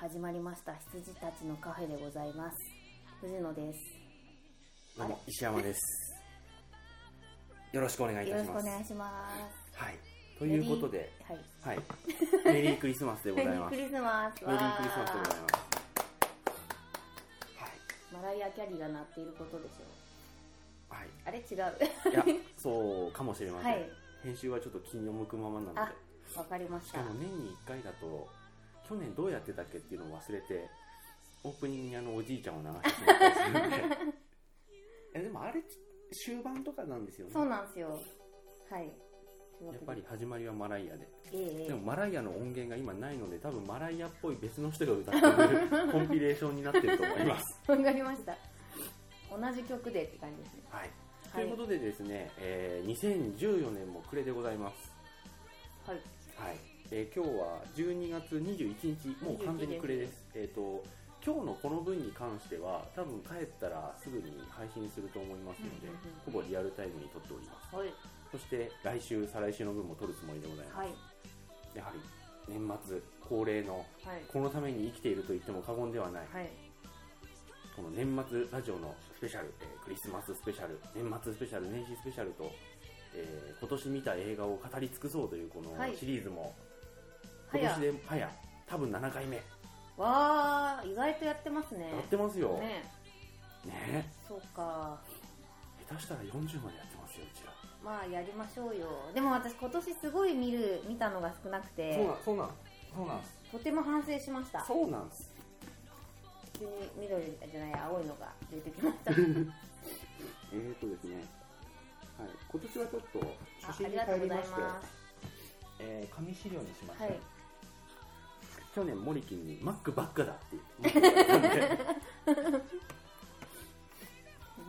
始まりました羊たちのカフェでございます藤野ですどうも石山です。よろしくお願いいよろたししくおます。願いしますはい。ということで、メリーはいはい。メリークリスマスでございメリーます。クメリリスマスわークリスマスでございます。マライア・キャリーが鳴っていることでしょうはい。あれ違うは い。いや、そうかもしれません。はい編集はちょっと気に向くままなのであ。わかりまししたかも年に1回だと、去年どうやってたっけっていうのを忘れて、オープニングにあのおじいちゃんを流してしまったりするんで。 えでもあれ、終盤とかなんですよね。そうなんですよはいやっぱり始まりはマライアで。えええでもえマライアの音源が今ないので多分マライアっぽい別の人が歌ってるコンピレーションになってると思います。わかりました同じ曲でって感じですねはい、 はといいうことでですね、えー2014年も暮れでございます。はいはいえー今日は12月21日、もう完全に暮れです。えっ、と今日のこの分に関しては多分帰ったらすぐに配信すると思いますのでうんうんうん、ほぼリアルタイムに撮っております。はいそして来週再来週の分も撮るつもりでございます。はいやはり年末恒例のはいこのために生きていると言っても過言ではない。はいこの年末ラジオのスペシャル、えークリスマススペシャル、年末スペシャル、年始スペシャルと、えー今年見た映画を語り尽くそうというこのはいシリーズも、は今や年で早、多分7回目、やわあ意外とやってますねってますよ。ねねそうか下手したら40までやってますよ、うちら。まあやりましょうよでも私今年すごい見る見たのが少なくてそうなん、そうなん、そうなんす。とても反省しましたそうなんす。急に緑じゃない青いのが出てきましたえーとですね、はい、今年はちょっと、あ初あ心りにがとう帰ごりざいままして、えー紙資料にしましすた。はい去年モリキンにマックばっか だって言って、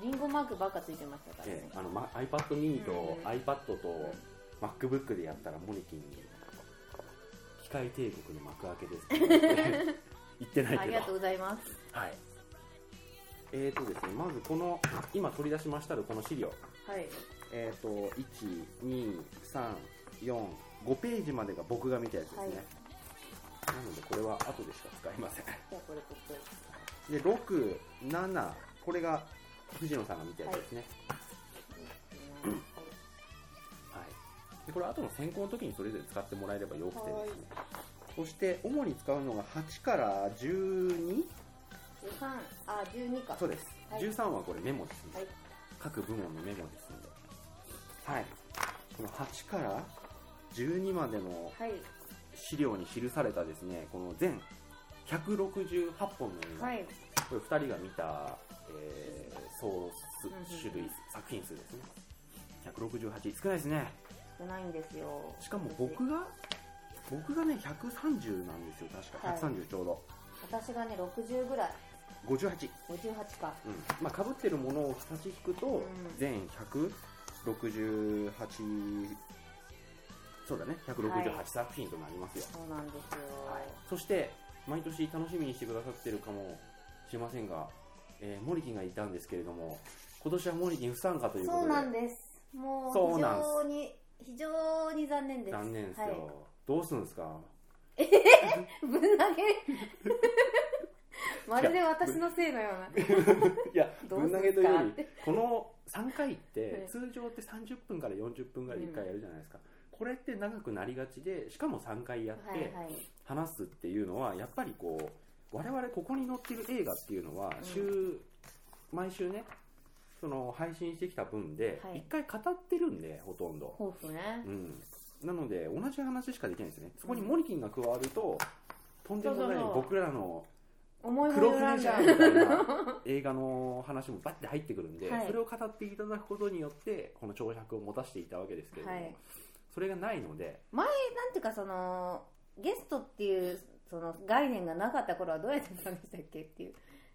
リンゴマークばっかついてましたからねええあの、ま、iPad mini と、うんうん iPad と MacBook でやったらモリキンに機械帝国の幕開けですって言って 言ってないあけりどがとうございますはいえーとですねまずこの今取り出しましたるこの資料はいえーと12345ページまでが僕が見たやつですね、はいなのでこれは後でしか使いませんじゃあこれここで67これが藤野さんが見たやつですね、はい、でこれ後の選考の時にそれぞれ使ってもらえればよくてですねそして主に使うのが8から12 13あ12かそうです、はい13はこれメモですね、はい各部門のメモですのではいこの8から12までのはい資料に記されたですねこの全168本の映画、はいこれ2人が見た、えー、総数種類作品数ですね168少ないですね少ないんですよしかも僕が僕がね130なんですよ確か、はい130ちょうど私がね60ぐらい58 58かうんまあかぶってるものを差し引くと、うん全168そうだね168作品となりますよ、そうなんですよはいそして毎年楽しみにしてくださってるかもしれませんが、えーモリキンがいたんですけれども今年はモリキン不参加ということでそうなんですもうそう非なん常に非常に残念です残念ですよ、はいどうするんですかぶん投げ まるで私のせいのようないやどぶうんする投んげでとすいかうよりこの3回っうてん通常って30分から40分ぐらい1回やるじゃないですか、これって長くなりがちでしかも3回やっはいてはい話すっていうのはやっぱりこう我々ここに載ってる映画っていうのうはん週、毎週ねその配信してきた分ではい1回語ってるんでほとんど、抱負ねうん、なので同じ話しかできないんですねそこにモリキンが加わるととんでもないそうそうそう僕らの思いも黒よら船んじゃがんみたいな映画の話もバッて入ってくるんで、はいそれを語っていただくことによってこの長尺を持たせていたわけですけれども、はいそれがないのでなんていうかそのゲストっていうその概念がなかった頃はどうやってたんでしたっけっていう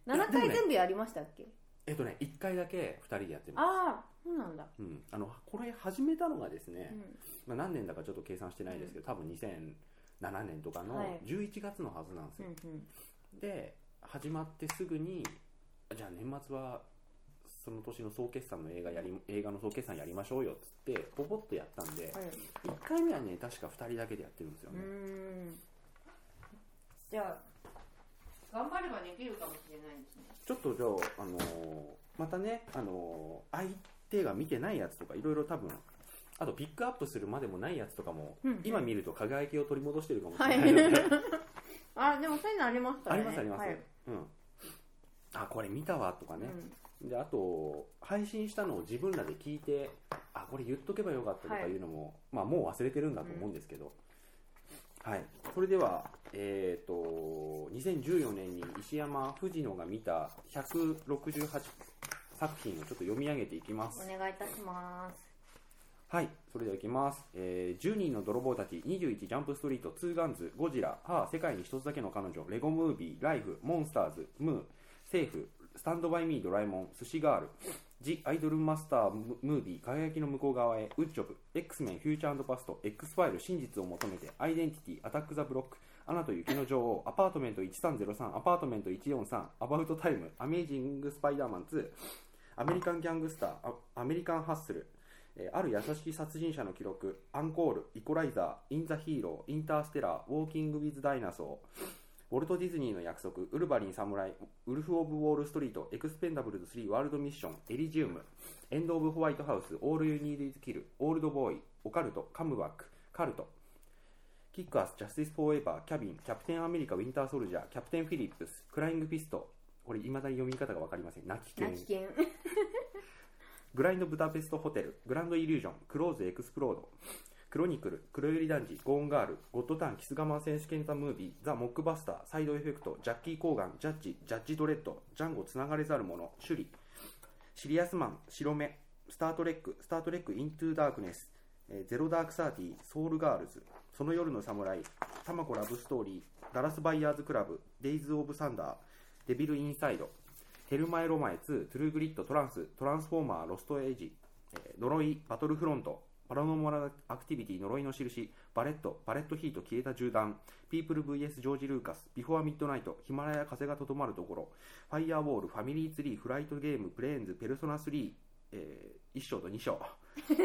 7でも回ね全部やりましたっけ、えっとね1回だけ2人でやってますああそうなんだ、うん、あのこれ始めたのがですねう、んまあ、何年だかちょっと計算してないですけど、多分2007年とかのはい11月のはずなんですうよ、んうん、で始まってすぐにじゃあ年末はその年の総決算の映画やり映画の総決算やりましょうよっつってポポッとやったんで、はい1回目はね確か2人だけでやってるんですようね、ーんじゃあ頑張ればできるかもしれないですね。ちょっとじゃあ、あのーまたね、あのー相手が見てないやつとかいろいろ多分あとピックアップするまでもないやつとかも、うん今見ると輝きを取り戻してるかもしはれいないので、 あでもそういうのありました あねりますありまはす、いうん、あこれ見たわとかうね、んであと配信したのを自分らで聞いてあこれ言っとけばよかったとかいうのも、まあ、もう忘れてるんだと思うんですけど、はい、それでは、えー、と2014年に石山藤野が見た168作品をちょっと読み上げていきます、お願いいたしますはい、それではいきます、えー10人の泥棒たち、21ジャンプストリート、ツーガンズ、ゴジラ、ハー、世界に一つだけの彼女、レゴムービー、ライフ、モンスターズ、ムー、セーフ、スタンドバイミー、ドラえもん、寿司ガール、ジ・アイドルマスター、ムムービー、輝きの向こう側へ、ウッジョブ、X メン、フューチャーパスト、X ファイル、真実を求めて、アイデンティティ、アタック・ザ・ブロック、アナと雪の女王、アパートメント1303、アパートメント143、アバウトタイム、アメージング・スパイダーマン2、アメリカン・ギャングスター、アアメリカン・ハッスル、えーある優しき殺人者の記録、アンコール、イコライザー、イン・ザ・ヒーロー、インターステラー、ウォーキング・ウィズ・ダイナソー、ウォルト・ディズニーの約束、ウルバリン・サムライ、ウルフ・オブ・ウォール・ストリート、エクスペンダブルズ3、ワールド・ミッション、エリジウム、エンド・オブ・ホワイト・ハウス、オール・ユニー・ディズ・キル、オールド・ボーイ、オカルト、カムバック、カルト、キックアス、ジャスティス・フォーエバー、キャビン、キャプテン・アメリカ、ウィンター・ソルジャー、キャプテン・フィリップス、クライング・ピスト、これ、いまだに読み方が分かりません。泣きな犬危険グラインド・ブダペスト・ホテル、グランド・イリュージョン、クローズ・エクスプロード、クロニクル、黒百合男児、ゴーン・ガール、ゴッドタン、キスガマン選手権ザ・ムービー、ザ・モックバスター、サイドエフェクト、ジャッキー・コーガン、ジャッジ、ジャッジ・ドレッド、ジャンゴ・つながれざる者、シュリ、シリアスマン、白目、スター・トレック、スター・トレック・イントゥ・ダークネス、えーゼロ・ダーク・サーティー、ソウル・ガールズ、その夜の侍、タマコ・ラブ・ストーリー、ダラス・バイヤーズ・クラブ、デイズ・オブ・サンダー、デビル・インサイド、テルマエロマエ2、トゥルーグリッド、トランス、トランスフォーマー、ロストエイジ、えー呪い、バトルフロント、パラノーマルアクティビティ、呪いの印、バレット、バレットヒート、消えた銃弾、ピープル VS ジョージ・ルーカス、ビフォア・ミッドナイト、ヒマラヤ風がとどまるところ、ファイアウォール、ファミリーツリー、フライトゲーム、プレーンズ、ペルソナ3、え1章と2章、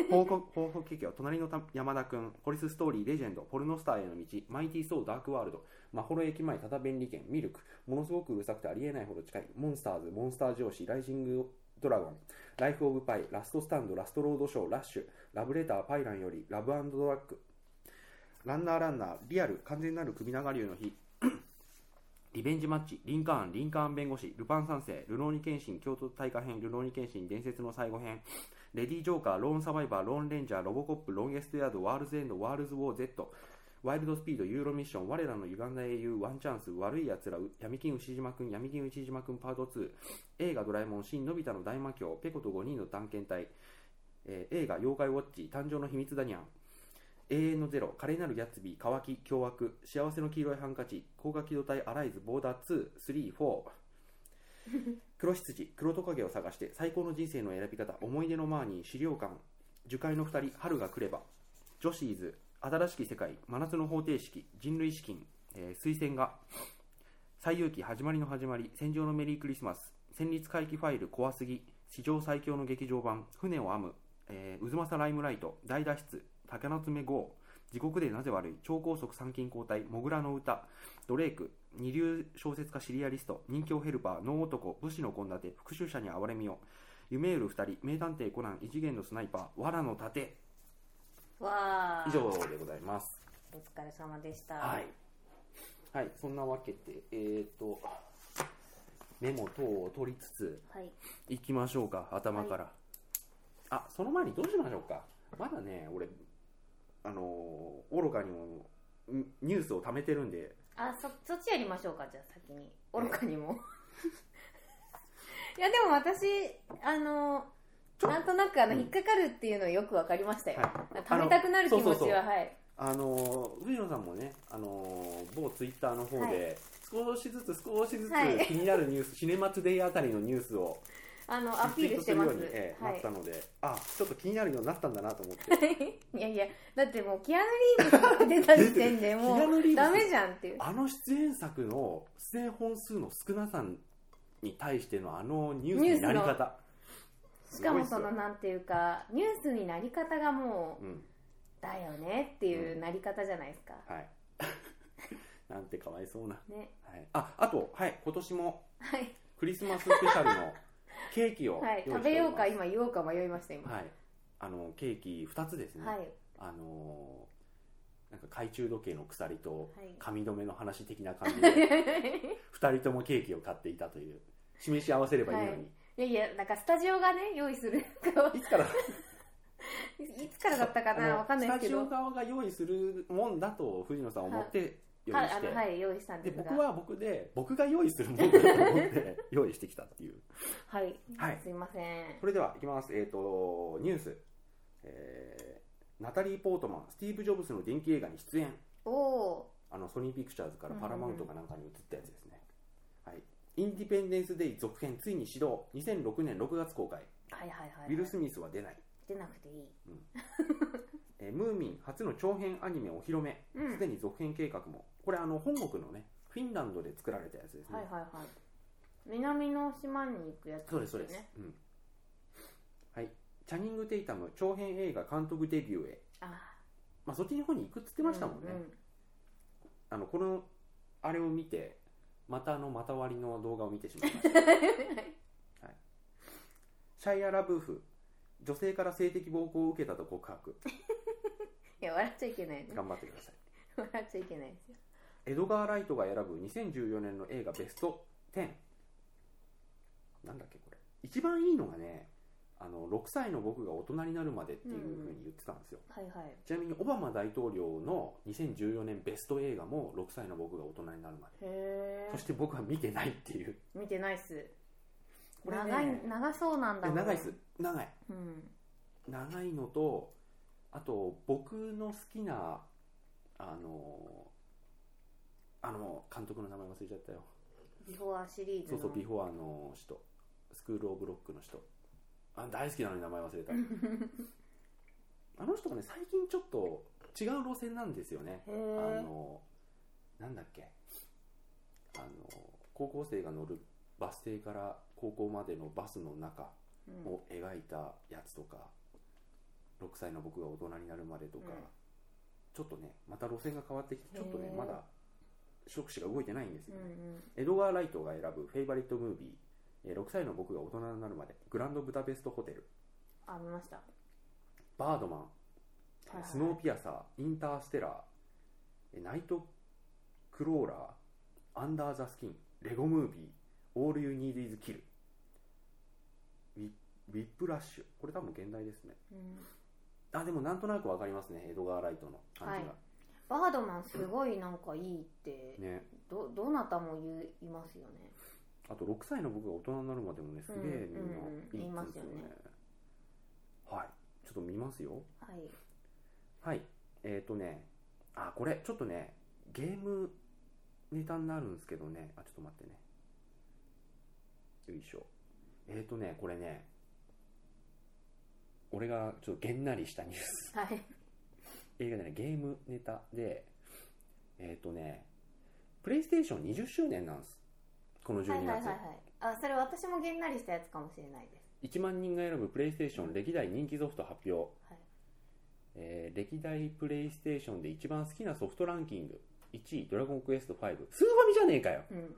報告報告劇は隣のた山田君、ポリスストーリー、レジェンド、ポルノスターへの道、マイティー・ソー、ダークワールド、マホロ駅前、ただ便利券、ミルク、ものすごくうるさくてありえないほど近い、モンスターズ、モンスター上司、ライジングドラゴン、ライフ・オブ・パイ、ラストスタンド、ラストロードショー、ラッシュ、ラブレター、パイランより、ラブドラッグ、ランナーランナー、リアル、完全なる首長竜の日、 リベンジマッチ、リンカーン、リンカーン弁護士、ルパン三世、ルローニケンシン、京都大火編、ルローニケンシン、伝説の最後編、レディー・ジョーカー、ローン・サバイバー、ローン・レンジャー、ロボコップ、ロンゲスト・ヤード、ワールズ・エンド、ワールズ・ウォー・ Z、ワイルドスピード、ユーロミッション、我らの歪んだ英雄、ワンチャンス、悪い奴ら、う闇金牛島くん、闇金牛島くんパート2、映画ドラえもん、新のび太の大魔教、ペコと5人の探検隊、えー映画妖怪ウォッチ、誕生の秘密だにゃん、永遠のゼロ、華麗なるギャッツビー、乾き、凶悪、幸せの黄色いハンカチ、高架機動隊、アライズ、ボーダー2、3、4、黒羊、黒トカゲを探して、最高の人生の選び方、思い出のマーニー、資料館、樹海の二人、春が来れば、女子ーズ、新しき世界、真夏の方程式、人類資金、えー推薦が、最有機、始まりの始まり、戦場のメリークリスマス、戦慄回帰ファイル、怖すぎ、史上最強の劇場版、船を編む、えー、渦政ライムライト、大脱出、竹の爪号、地獄でなぜ悪い、超高速参勤交代、モグラの歌、ドレイク、二流小説家シリアリスト、人気ヘルパー、能男、武士の献立、復讐者に憐れみを、夢うる二人、名探偵コナン、異次元のスナイパー、藁の盾、わあ以上でございます。お疲れ様でしたはい、はい、そんなわけで、えっ、と、メモ等を取りつつ、はいいきましょうか、頭から。あその前にどうしましょうか、まだね、俺、あのー愚かにもんニュースを貯めてるんで、あそそっちやりましょうかじゃあ先に愚かにも いやでも私あのちょなんとなくあの、うん引っかかるっていうのよくわかりましたよ、はい食べたくなる気持ちはあのそうそうそうはいあのー藤野さんもね、あのー某ツイッターの方で、少しずつ少しずつはい気になるニュース、シネマツデイあたりのニュースをあのアピールしてツイーまトすするように、ええはなっいたので、あちょっと気になるようになったんだなと思って、いやいやだってもうキアヌ・リーブスが出た時点で キアもヌリーブうスダメじゃんっていうあの出演作の出演本数の少なさに対してのあのニューニューススののやり方、しかもそすごいっすよのなんていうかニュースになり方がもううん だよねっていうなり方じゃないですか、はい、なんてかわいそうな、ねはい、ああと、はい、今年もはい、クリスマススペシャルのケーキをはい、用意食してべよおりうまかす今言おうか迷いました今ははい、あのケーキ2つですいね、はい、あのーなんか懐中時計の鎖とはい髪留めの話的な感じ で2人ともケーキを買っていたという示し合わせればいいのに、 いやいやなんかスタジオがね用意するなんか い、つからいつからだったかあなのわかんないですけスタどジオ側が用意するもんだと藤野さん思って用意はいしあて、のはい用意したんでですが僕は僕で僕が用意するもんだと思って用意してきたっていうはい、はいすいませんそれではいきます、えー、とニュース、えーナタリー・ポートマンスティーブ・ジョブズの電気映画に出演おおあのソニーピクチャーズからうんうんパうんラマウントかなんかに移ったやつですね、はい、インディペンデンス・デイ続編ついに始動2006年6月公開ーはいはいはい、ウィル・スミスは出ない、出なくていいえームーミン初の長編アニメお披露目うんすでに続編計画もこれあの本国のねフィンランドで作られたやつですね、はいはいはい南の島に行くやつそうですそうです、うんはい、チャニング・テイタム長編映画監督デビューへあまあ、そっちの方に行くっつって出ましたもんね、 あのこのあれを見てまたあのまた割りの動画を見てしまいました、 はい、シャイア・ラブーフ女性から性的暴行を受けたと告白いや笑っちゃいけないね頑張ってください笑っちゃいけないですよエドガー・ライトが選ぶ2014年の映画ベスト10なんだっけこれ一番いいのがねあの6歳の僕が大人になるまでっていうふうに言ってたんですよ、はいはいちなみにオバマ大統領の2014年ベスト映画も6歳の僕が大人になるまでへそしえて僕は見てないっていう。見てないっすこれね長い長そうなんだもいやん長いです。長い。うん長いのと、あと、僕の好きな、あの、あの、監督の名前忘れちゃったよ。ビフォアシリーズそうのそう、ビフォアの人。スクール・オブ・ロックの人。あ大好きなのに名前忘 れた。あの人がね、最近ちょっと違う路線なんですよね。へあえの、なんだっけ。あの、高校生が乗るバス停から高校までのバスの中。うんを描いたやつとか6歳の僕が大人になるまでとうか、んちょっとねまた路線が変わってきてへちーょっとねまだ触手が動いてないんですうよんね、うんエドガー・ライトが選ぶフェイバリットムービーえー6歳の僕が大人になるまでグランドブダペストホテルあ見ましたバードマン、いはいスノーピアサーインターステラーえーナイトクローラーアンダー・ザ・スキンレゴムービーオール・ユニー e イズ・キルウィウィップラッシュこれ多分現代ですねうんあでもなんとなくわかりますねエドガー・ライトの感じが、はバードマンすごいなんかいいってねどどなたも言いますよねあと6歳の僕が大人になるまでもねすげえみんなうんうんうんいい言いっまつうすんでよすねよねはいちょっと見ますよはいはいえっ、ー、とねあこれちょっとねゲームネタになるんですけどねあちょっと待ってねよいしょえっ、ー、とねこれね俺がちょっとげんなりしたニュース はい映画じゃないゲームネタでえっ、とねプレイステーション20周年なんですこの12月、はいはいはいはいあそれ私もげんなりしたやつかもしれないです1万人が選ぶプレイステーション歴代人気ソフト発表、はいえー歴代プレイステーションで一番好きなソフトランキング1位ドラゴンクエスト5スーファミじゃねえかようん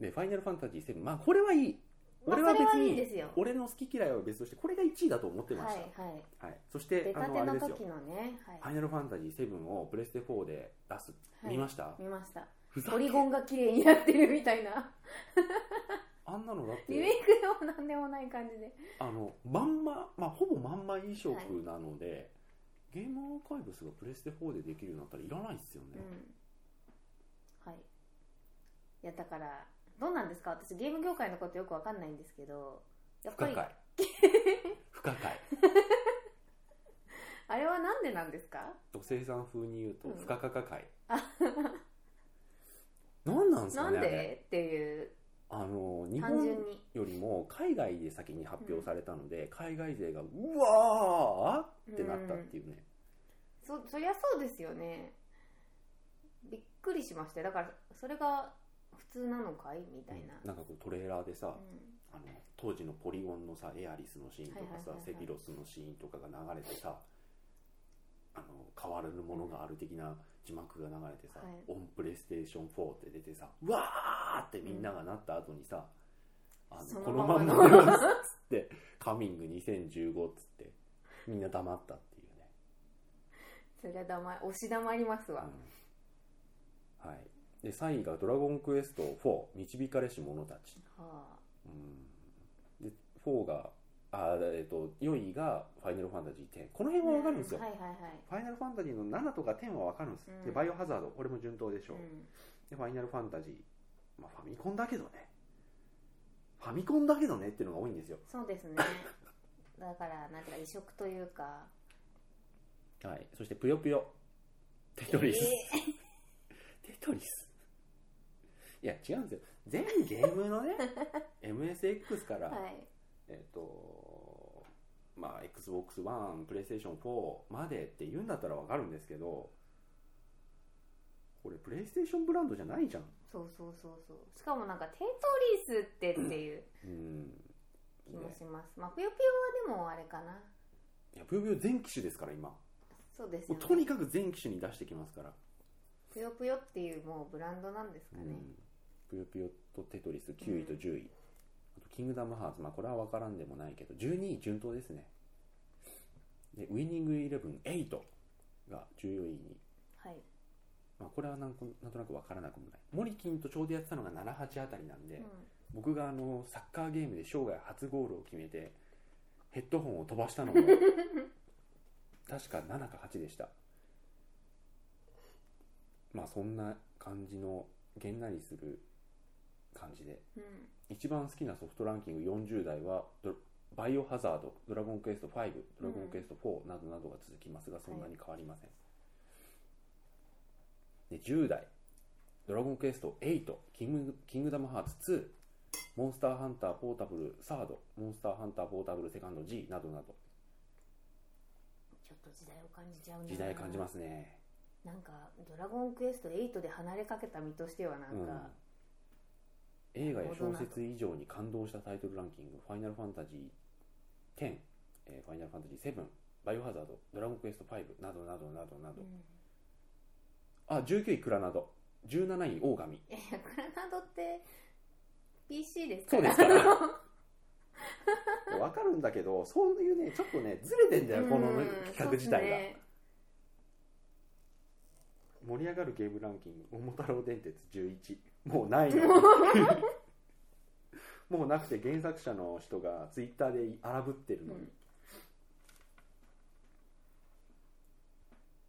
でファイナルファンタジー7まあこれはいいまあ俺は別にそれはいいですよ俺の好き嫌いは別としてこれが1位だと思ってまはしいた、はいはいそして出あたのてあのれですよ時のねはい、ファイナルファンタジー7をプレステ4で出す、はい見ました見ましたふざポけリゴンが綺麗になってるみたいなあんなのだってリメイクでもなんでもない感じであのまんま、まあ、ほぼまんま移植なので、ゲームアーカイブスがプレステ4でできるようになったらいらないですよねう、んはいいやだからどうなんですか私ゲーム業界のことよくわかんないんですけどやっ不ぱ可り解 不可解あれはなんでなんですか土星さん風に言うとうん不可可可解、 なん、何なんですかなねんあれでっていうあの日単本純によりも海外で先に発表されたので、海外勢がうわーってなったっていうね、そそりゃそうですよねびっくりしましたよだからそれが普通なのかいみたいな、なんかこうトレーラーでさ、うんあの当時のポリゴンのさエアリスのシーンとはいかさ、はいはいはいセピロスのシーンとかが流れてさあの変わらぬものがある的な字幕が流れてさ、はいオンプレイステーション4って出てさ、うわーってみんながなった後にさ、あそののこのままんんままの やつっつって、カミング2015っつって、みんな黙ったっていうね。そりゃ黙り押し黙りますわ、うんはい、で3位が「ドラゴンクエスト4導かれし者たちはあ」うん、で4があ、えっと4位が「ファイナルファンタジー10」この辺は分かるんですよ、はいはいはいファイナルファンタジーの7とか10は分かるんです、うんでバイオハザードこれも順当でしょう、うんでファイナルファンタジー、まあ、ファミコンだけどねファミコンだけどねっていうのが多いんですよそうですねだからなんか移植というかはいそして「ぷよぷよ」「テトリス」テトリスいや違うんですよ全ゲームのね MSX かえーら、はいえっ、とまあ XBOX1 プレイステーション4までって言うんだったらわかるんですけどこれプレイステーションブランドじゃないじゃんそうそうそうそうしかもなんかテトリスってっていううん、ね気もします、まあぷよぷよはでもあれかないやぷよぷよ全機種ですから今もそうですうよとねにかく全機種に出してきますからぷよぷよっていうもうブランドなんですかね、うんぷよぷよとテトリス9位と10位、あとキングダムハーツ、まあ、これは分からんでもないけど12位順当ですねでウィニングイレブン8が14位に、はいまあ、これはなんかなんとなく分からなくもないモリキンとちょうどやってたのが78あたりなんで、う僕があのサッカーゲームで生涯初ゴールを決めてヘッドホンを飛ばしたのも確か7か8でしたまあそんな感じのげんなりする感じでん、うん一番好きなソフトランキング40代はドバイオハザード、ドラゴンクエスト5、ドラゴンクエスト4などなどが続きますが、そんなに変わりません。で10代、ドラゴンクエスト8、キングキングダムハーツ2、モンスターハンターポータブルサード、モンスターハンターポータブルセカンド G などなど、ちょっと時代を感じちゃうな時代感じますね。なんか「ドラゴンクエスト8」で離れかけた身としてはなんうんか、映画や小説以上に感動したタイトルランキング「ファイナルファンタジー10」えーファイナルファンタジー7」「バイオハザード」「ドラゴンクエスト5」などなどなどなど、うんあ19位クラナド17位オオガミいやいやクラナドって PC ですそうかでらすから わかるんだけどそういうねちょっとねずれてんだよこのうん企画自体が、そうっすね盛り上がるゲームランキング「桃太郎電鉄11」もうないの もうなくて原作者の人がツイッターで荒ぶってるのに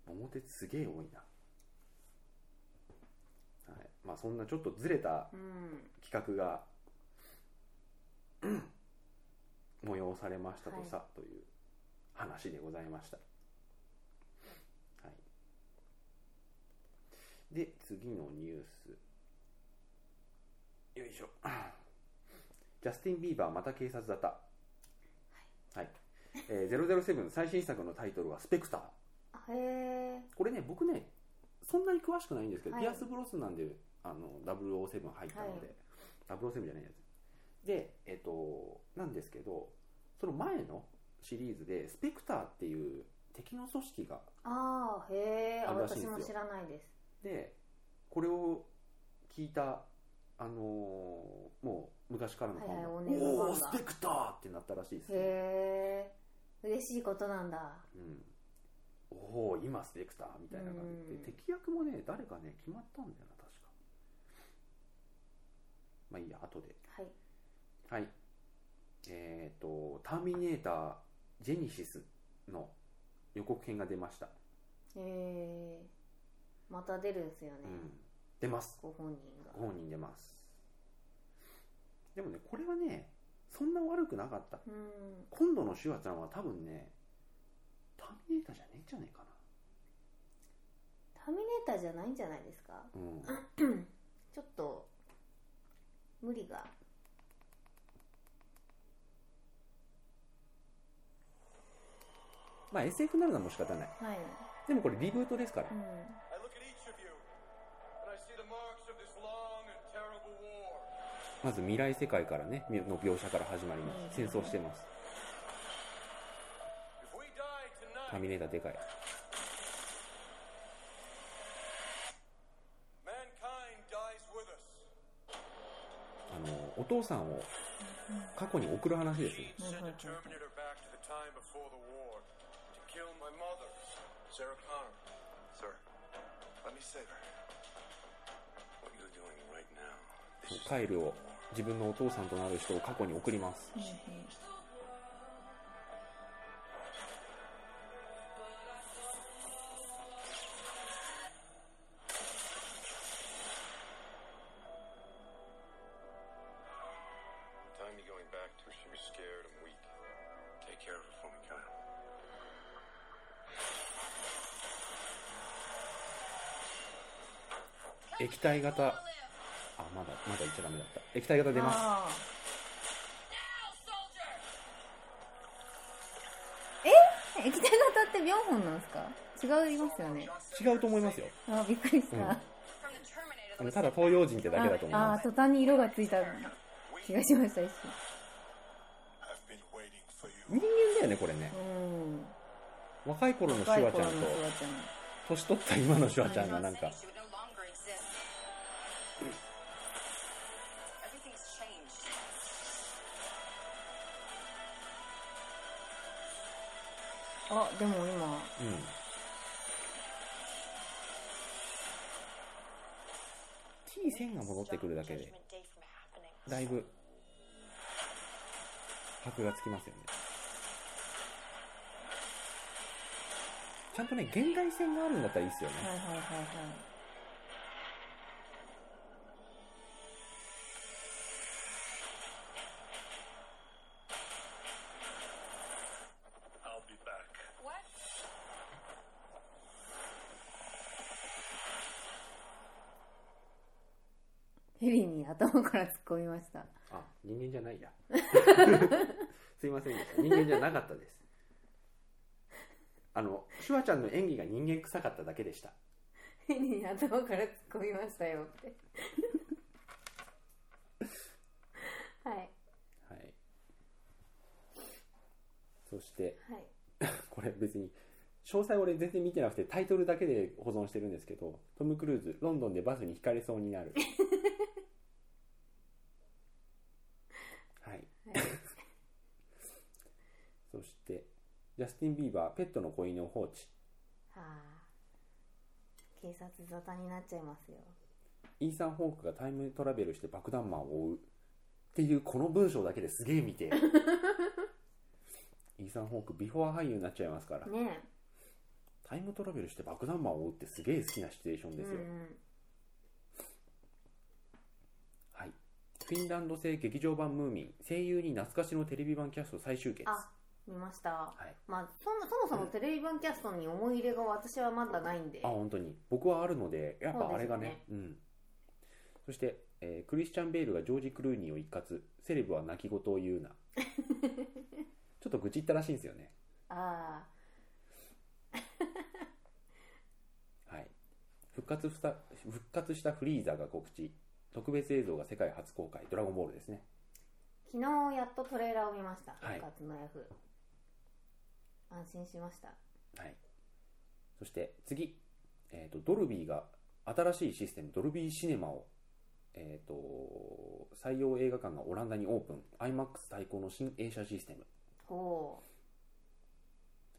うん「桃鉄」すげえ多いな、はいまあ、そんなちょっとずれたうん企画が うん催されましたとさ、という話でございました、はい、で次のニュースよいしょ ジャスティン・ビーバーまた警察だったはい、えー007最新作のタイトルは「スペクター」へえこれね僕ねそんなに詳しくないんですけど、はいピアス・ブロスなんであの007入ったので、007じゃないやつでえっとなんですけどその前のシリーズでスペクターっていう敵の組織がああへえあるらしいん私ですよも知らないですでこれを聞いたあのーもう昔からのファンがはいはいお願いファンおがおースペクター!」ってなったらしいですねへえ嬉しいことなんだうん、おお今スペクターみたいな感じうんで敵役もね誰かね決まったんだよな確かまあいいや後ではいはいえっ、と「ターミネータージェニシス」の予告編が出ました、へえまた出るんですよね、うん、出ますご本人がご本人出ますでもねこれはねそんな悪くなかったうん今度のシュワちゃんは多分ねターミネーターじゃねえんじゃねえかターミネーターじゃないんじゃないですかなうんちょっと無理がまあ SF なるのはもう仕方ないはい、でもこれリブートですからうん、 I look at each of you, and I see the marks of this long and terrible war. まず未来世界からねみの描写から始まります戦争してます If we die ターミ tonight, ネーターでかいお父さんを過去に送る話ですね Sent a Terminator back to the time before the war to kill my mother, Sarah Connor. Sir, let me save her. What you're doing right now. This カイルを自分のお父さんとなる人を過去に送ります The time you're going back to, she was scared and weak. Take care of her for me, Kyle. Help 液体 the 型あ people live. まだまだ言っちゃダメだった液体型出ますあ Now, ー soldier! 液体型って4本なんですか違いますよね違うと思いますよあびっくりした、うん From the Terminator あ that の was ただ東洋人ってだけだと思いああまー途端に色がついた気がしました一 I've been waiting for す人間だよねこれね瞬うん若い頃のシュワちゃんと年取った今のシュワちゃんがなんか She would no longer exist. Everything's changed. あでも今うんキー線が戻ってくるだけで Judgment Day from happening. だいぶ箔がつきますよねちゃんとね限界線があるんだったらいいですよねはいはいはいはいバ What? ヘリに頭から突っ込みましたあ人間じゃ ないやすいませんでした人間じゃなかったですあのシュワちゃんの演技が人間臭かっただけでしたヘリに頭から突っ込みましたよって はいはいそしてはいこれ別に詳細俺全然見てなくてタイトルだけで保存してるんですけどトム・クルーズロンドンでバスにひかれそうになるははいいそしてジャスティン・ビーバーペットの子犬を放置はあ警察沙汰になっちゃいますよイーサン・ホークがタイムトラベルして爆弾魔を追うっていうこの文章だけですげえ見 てイーサン・ホークビフォア俳優になっちゃいますからねタイムトラベルして爆弾魔を追うってすげえ好きなシチュエーションえですよ、うんはい、フィンランド製劇場版ムーミン声優に懐かしのテレビ版キャスト最終決あ見ました、はい、まあそもそもそもテレビ版キャストに思い入れが私はまだないんであ本当に僕はあるのでやっぱあれがねうんそして、えークリスチャン・ベールがジョージ・クルーニーを一括セレブは泣き言を言 うなちょっと愚痴ったらしいんですよねあはい復活した復活したフリーザが告知特別映像が世界初公開「ドラゴンボール」ですねー昨日やっとトレーラーを見ました「はい復活の F」安心しましたはい、そして次、えーと、ドルビーが新しいシステム、ドルビーシネマを、えー、と採用映画館がオランダにオープン、IMAX 対抗の新映写システム、ほ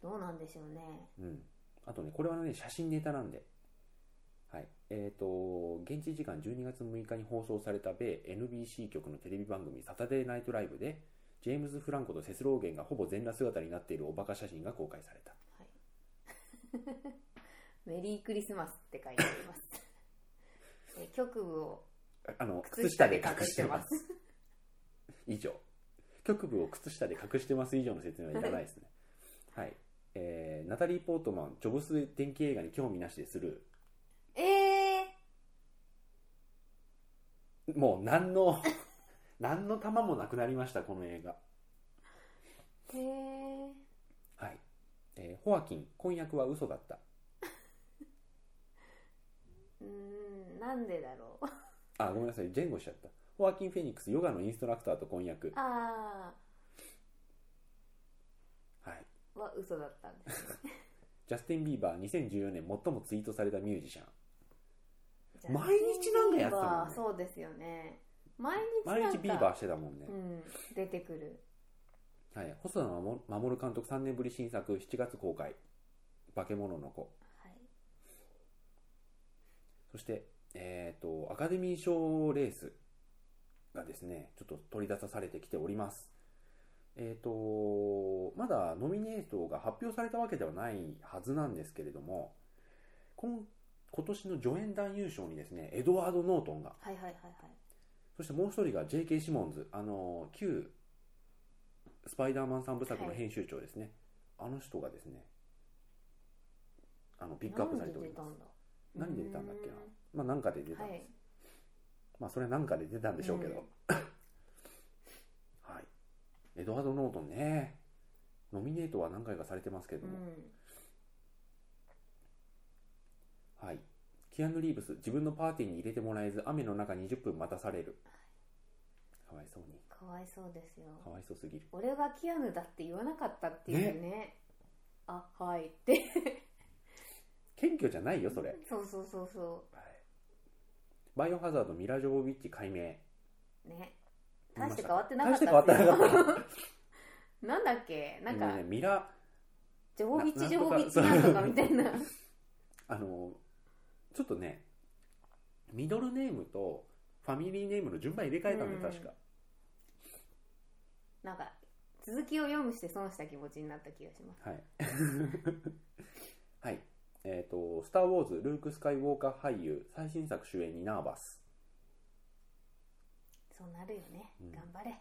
うどうなんでしょうねうん、あとね、これはね、写真ネタなんで、はいえー、と現地時間12月6日に放送された米 NBC 局のテレビ番組、サタデーナイトライブで、ジェームズ・フランコとセスローゲンがほぼ全裸姿になっているおバカ写真が公開された。 メリークリスマスって書いてあり ますえ局部をあの靴靴下下でで隠隠ししててまますす。以上。局部を靴下で隠してます以上の説明はいらないですね。はい。えー、ナタリー・ポートマン、ジョブス電気映画に興味なしでする。ええもう何 の、何の玉もなくなりました、この映画。ー、えはい。えー、ホアキン、婚約は嘘だった。ー、うーんなんでだろう あ、ごめんなさい、前後しちゃった。ホアキン・フェニックス、ヨガのインストラクターと婚約。あはい。あは嘘だったんですジャスティン・ビーバー、2014年最もツイートされたミュージシャン。じゃあ毎日なんかやってたもんねそうですよね毎日なんか毎日ビーバーしてたもんね、うん、出てくるはい、細田守守監督3年ぶり新作7月公開「化け物の子はい」そして、えー、とアカデミー賞レースがですねちょっと取り出されてきておりますえっ、とまだノミネートが発表されたわけではないはずなんですけれども今今年の助演男優賞にですねエドワード・ノートンがはいはいはいはいそしてもう一人が J.K. シモンズ、あの旧スパイダーマン三部作の編集長ですね、あの人がですね、あのピックアップされております。何で出たんだっけな、まあ、なんかで出たんです、はいまあ、それはなんかで出たんでしょうけど、うんはい、エドワード・ノートンね、ノミネートは何回かされてますけどうも、んはい、キアヌ・リーブス、自分のパーティーに入れてもらえず、雨の中20分待たされる、かわいそうに、かわいそうですよかわいそうすぎる。俺がキアヌだって言わなかったっていうねあはいって謙虚じゃないよ、それ。そうそうそうそバイオハザードミラ・ジョボビッチ解明うね見ま大してしたか変わってなか大っして変たわっってたいうなかったなんだっけなんでもかねミラジョボビッチなジョボビッチななんんととかかみたいなあのちょっとねミドルネームとファミリーネームの順番入れ替えたんで、うん確かなんか続きを読むして損した気持ちになった気がしますはい はいえっ、と「スター・ウォーズルーク・スカイウォーカー」俳優最新作主演にナーバスそうなるよね、うん頑張れ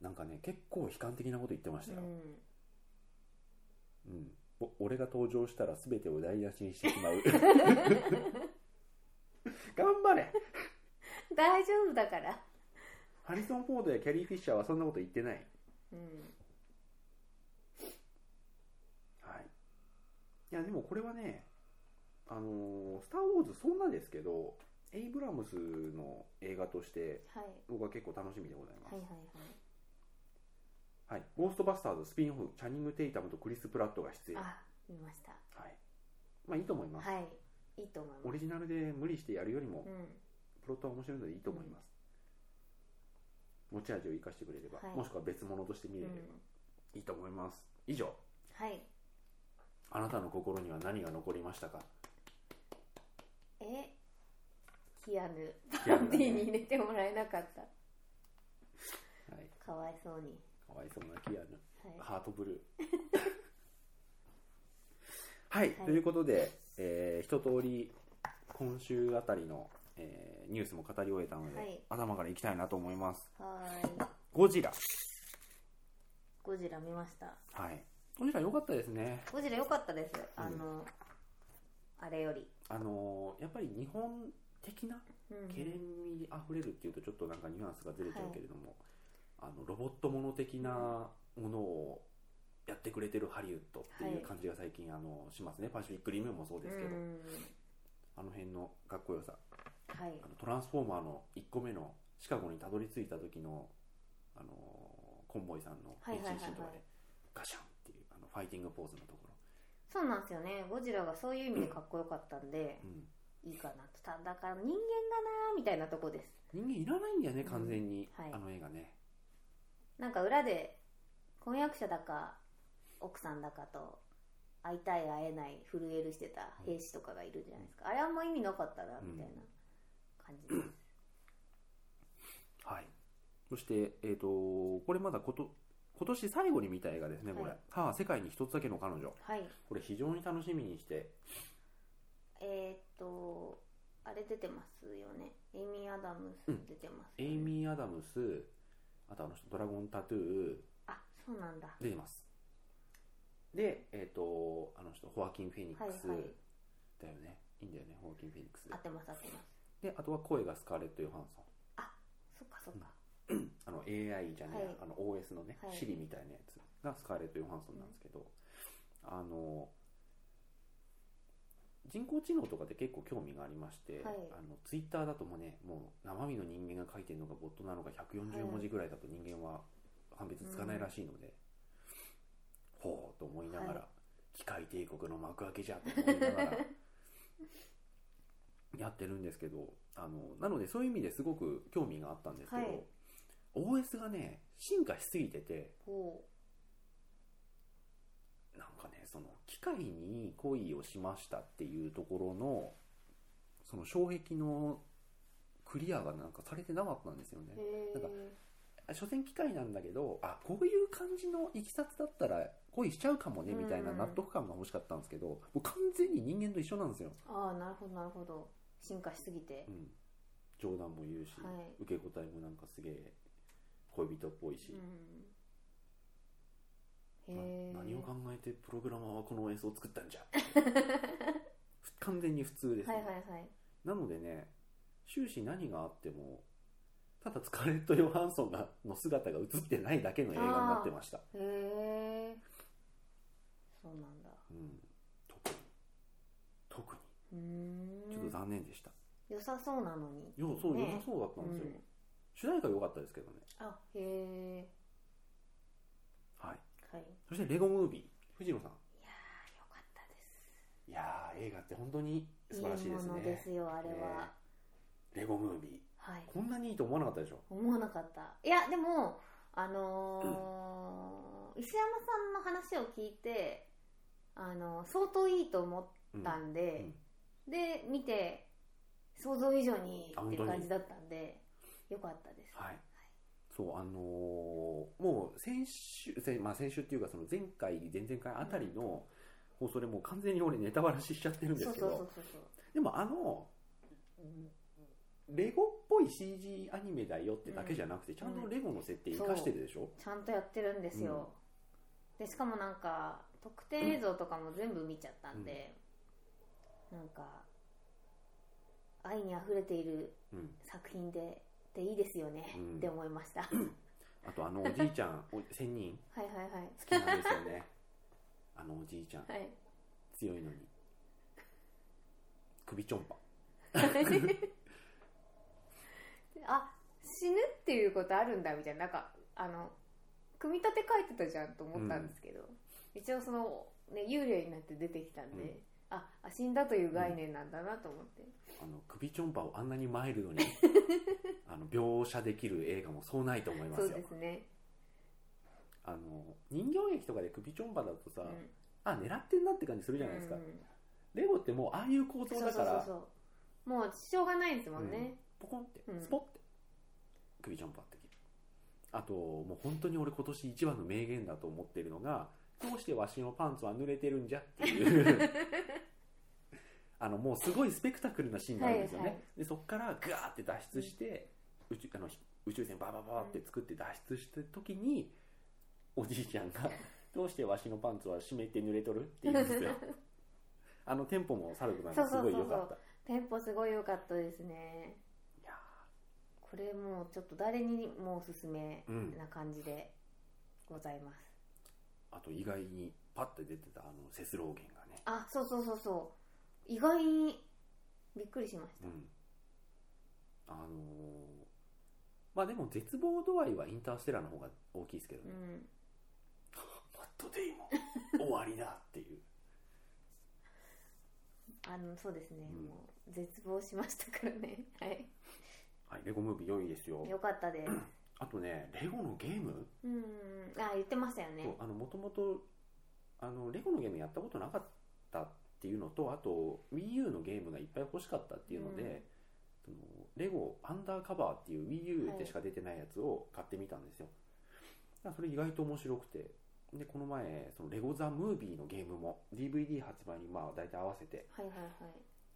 なんかね結構悲観的なこと言ってましうたよ、んうんお俺が登場したら全てを台無しにしてし まう頑張れ大丈夫だからハリソン・フォードやキャリー・フィッシャーはそんなこと言ってないうんはい、いやでもこれはね「あのースター・ウォーズ」そんなですけどエイブラムスの映画としてはい僕は結構楽しみでございます、はいはいははいいゴーストバスターズスピンオフチャニング・テイタムとクリス・プラットが出演、はあ見ましたい、まあいいと思います、はいいいと思いオますリジナルで無理してやるよりもうんプロットは面白いのでいいと思います、持ち味を生かしてくれれば、はいもしくは別物として見うれればんいいと思います以上はいあなたの心には何が残りましたかえキアヌキアパーヌがテねィーに入れてもらえなかったはい、かわいそうにかわいそうなキアヌはいハートブ ルー。はい、はいということで、えー一通り今週あたりの、えーニュースも語り終えたので、はい頭からいきたいなと思います。はーいゴジラ。ゴジラ見ましたはい。ゴジラ良かったですね。ゴジラ良かったですあの、あれより、あのーやっぱり日本的なうんけれみにあふれるっていうとちょっとなんかニュアンスがずれちゃうけれども、あのロボットもの的なものをやってくれてるハリウッドっていう感じが最近、あのしますねパシフィックリムもそうですけど、うんあの辺のかっこよさはいあのトランスフォーマーの1個目のシカゴにたどり着いた時の、あのーコンボイさんのはい変はい身はいはいシーンとかでガシャンっていうあのファイティングポーズのところ、そうなんですよねゴジラがそういう意味でかっこよかったんでうん、いいかなとただから人間がなーみたいなとこです人間いらないんだよねうん完全に、はいあの映画ねなんか裏で婚約者だか奥さんだかと会いたい会えない震えるしてた兵士とかがいるじゃないですかあれあんま意味なかったなみたいな感じです、 はいそしてえっ、とこれまだこと今年最後に見た映画ですねこれ「はいはあ世界に一つだけの彼女はい」これ非常に楽しみにしてえー、っとあれ出てますよねエイミー・アダムス出てます、エイミー・アダムスあとあの人ドラゴンタトゥーあそうなんだ出てますでえっ、とあの人ホアキン・フェニックス、はいはいだよねいいんだよねホアキン・フェニックス合ってます合ってますであとは声がスカーレット・ヨハンソンそっかそっか、あの AI じゃねえ、はいあの OS のね、はい Siri みたいなやつがスカーレット・ヨハンソンなんですけど、あの人工知能とかで結構興味がありまして、はいあのツイッターだともねもう生身の人間が書いてるのかボットなのか140文字ぐらいだと人間は判別つかないらしいので、ほうと思いながら、はい機械帝国の幕開けじゃと思いながらやってるんですけどあのなのでそういう意味ですごく興味があったんですけど、はい OS がね進化しすぎててほなんかねその機械に恋をしましたっていうところのその障壁のクリアがなんかされてなかったんですよねうへなんかえ所詮機械なんだけどあこういう感じのいきさつだったら恋しちゃうかもねみたいなうん納得感が欲しかったんですけど、もう完全に人間と一緒なんですよ、ああなるほどなるほど進化しすぎてうん、冗談も言うし、はい受け答えもなんかすげえ恋人っぽいしう、んへなえ何を考えてプログラマーはこの演奏を作った んじゃふ完全に普通です、ねはいはいはいなのでね終始何があってもただスカーレット・ヨハンソンがの姿が映ってないだけの映画になってました、へえそうなんだうん、特に特にうーんちょっと残念でした、良さそうなのによそう、ね良さそうだったんですよ、うん主題歌良かったですけどねあへえはいはいいそしてレゴムービー藤野さんやーよかったですいやー映画って本当に素晴らしいですいねものですよあれはね、レゴムービーはいこんなにいいと思わなかったでしょ思わなかったいやでもあのー石山さんの話を聞いてあの相当いいと思うっんたんで、で見て想像以上にあってい本当うに感じだったんでよかったですはい、そうあのーもう先週先,、まあ、先週っていうかその前回前々回あたりの放送でもう完全に俺ネタバラししちゃってるんでそすうけそうそどうそうそうでもあのレゴっぽい CG アニメだよってだけじゃなくて、ちゃんとレゴの設定生かしてるでしょ、ちゃんとやってるんですよ、でしかもなんか特典映像とかも全部見ちゃったんで、なんか愛にあふれているうん、作品ででいいですよねうんって思いま した、あとあのおじいちゃ んお仙人はいはいはい好きなんですよねあのおじいちゃんはい強いのに首ちょんぱあ死ぬっていうことあるんだみたいななんかあの組み立て書いてたじゃんと思ったんですけど、一応その、ね、幽霊になって出てきたんで、ああ死んだという概念なんだなと思って、あの首ちょんぱをあんなにマイル ドにあの描写できる映画もそうないと思いまそすうよですね、あの人形劇とかで首ちょんぱだとさ、うんあ狙ってんなって感じするじゃないですか、うんレゴってもうああいう構造そうだそかうそうらそうもうしょうがないですもんね、ポコンってうんスポッて首ちょんぱって切るあともう本当に俺今年一番の名言だと思ってるのが「どうしてわしのパンツは濡れてるんじゃ」っていう あのもうすごいスペクタクルなシーンがあるんですよね、はいはいでそこからガーって脱出して、宇宙あの宇宙船ババババって作って脱出した時に、おじいちゃん が「どうしてわしのパンツは湿って濡れとる?」って言うんですよあのテンポもさることながらすごい良かったテンポすごい良かったですねいやこれもうちょっと誰にもおすすめーうんな感じでございます、あと意外にパッて出てたあのセスローゲンがね、あそうそうそうそう意外にびっくりしましうん、あのーまあでも絶望度合いはインターステラーの方が大きいですけどたうね、んマット・デイモン終わりだっていうあのそうですね、うんもう絶望しましたからね はいはいレゴムービー良いですよよかった ですあとねレゴのゲームうんあ言ってましたよねそうあのもともとあのレゴのゲームやったことなかったっていうのとあと WiiU のゲームがいっぱい欲しかったっていうので、そのレゴアンダーカバーっていう WiiU でしか出てないやつを買ってみたんですよ、だからそれ意外と面白くてでこの前そのレゴ・ザ・ムービーのゲームも DVD 発売にまあ大体合わせてはいはいはい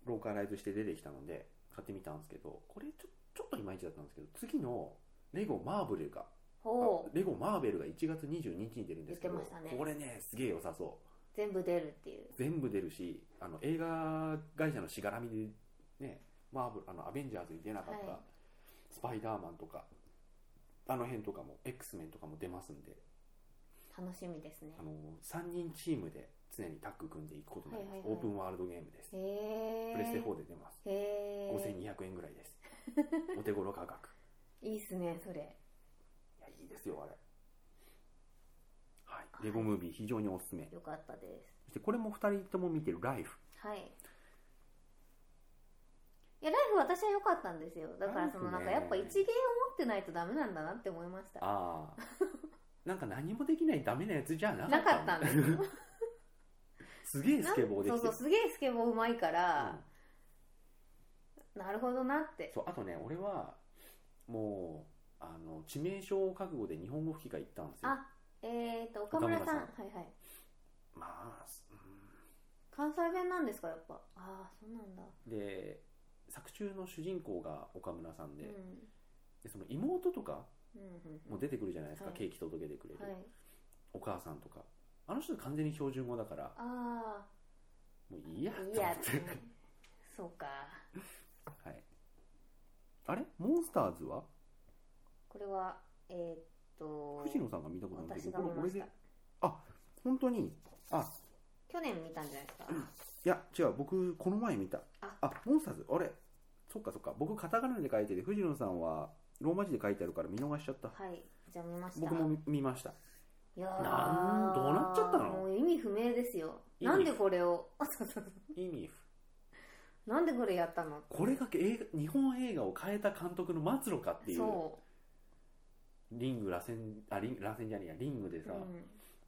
ローカライズして出てきたので買ってみたんですけどこれちょちょっといまいちだったんですけど次のレゴマーブルがほうレゴマーベルが1月22日に出るんですけど、言ってましたねこれねすげえ良さそう全部出るっていう全部出るしあの映画会社のしがらみでねマーブルあのアベンジャーズに出なかった、はいスパイダーマンとかあの辺とかも X メンとかも出ますんで楽しみですねあの3人チームで常にタッグ組んでいくことになります、はいはいはいオープンワールドゲームですへプえレステ4で出ますへえ5200円ぐらいです お手頃価格いいっすねそれいやいいですよあれはいレゴムービー非常におすすめよかったですそしてこれも2人とも見てる「ライフはいいやライフ私は良かったんですよだからそのなライんかフねやっぱ一芸を持ってないとダメなんだなって思いました ああなんか何もできないダメなやつじゃなかなっかったたん ですすげえスケボーでそきうてそうるすげえスケボーうまいかうんら、なるほどなってそうあとね俺はもうあの致命傷を覚悟で日本語吹き替え行ったんですよあえー、と岡村さん岡村はいはいまあ、う関西弁なんですかやっぱああそうなんだ、んで作中の主人公が岡村さんうんで,、でその妹とかうんうんうんも出てくるじゃないですか、はいケーキ届けてくれる、はいお母さんとかあの人完全に標準語だからあもういいやあと思っいてやって ねそうかはい、あれモンスターズはこれはえー、っと藤野さんが見たことないんだ私けがど見これま俺しでた本当にあ去年見たんじゃないですかいや違う僕この前見たああモンスターズあれそっかそっか僕カタカナで書いてて藤野さんはローマ字で書いてあるから見逃しちゃったはいじゃあ見ました僕も見ましたいやーなんどうなっちゃったのもう意味不明ですよ意味なんでこれをそうそうそう意味なんでこれやったのこれが映画日本映画を変えた監督の末路かっていうそリング螺旋あリング螺旋じゃねえやリングでう、さ、うん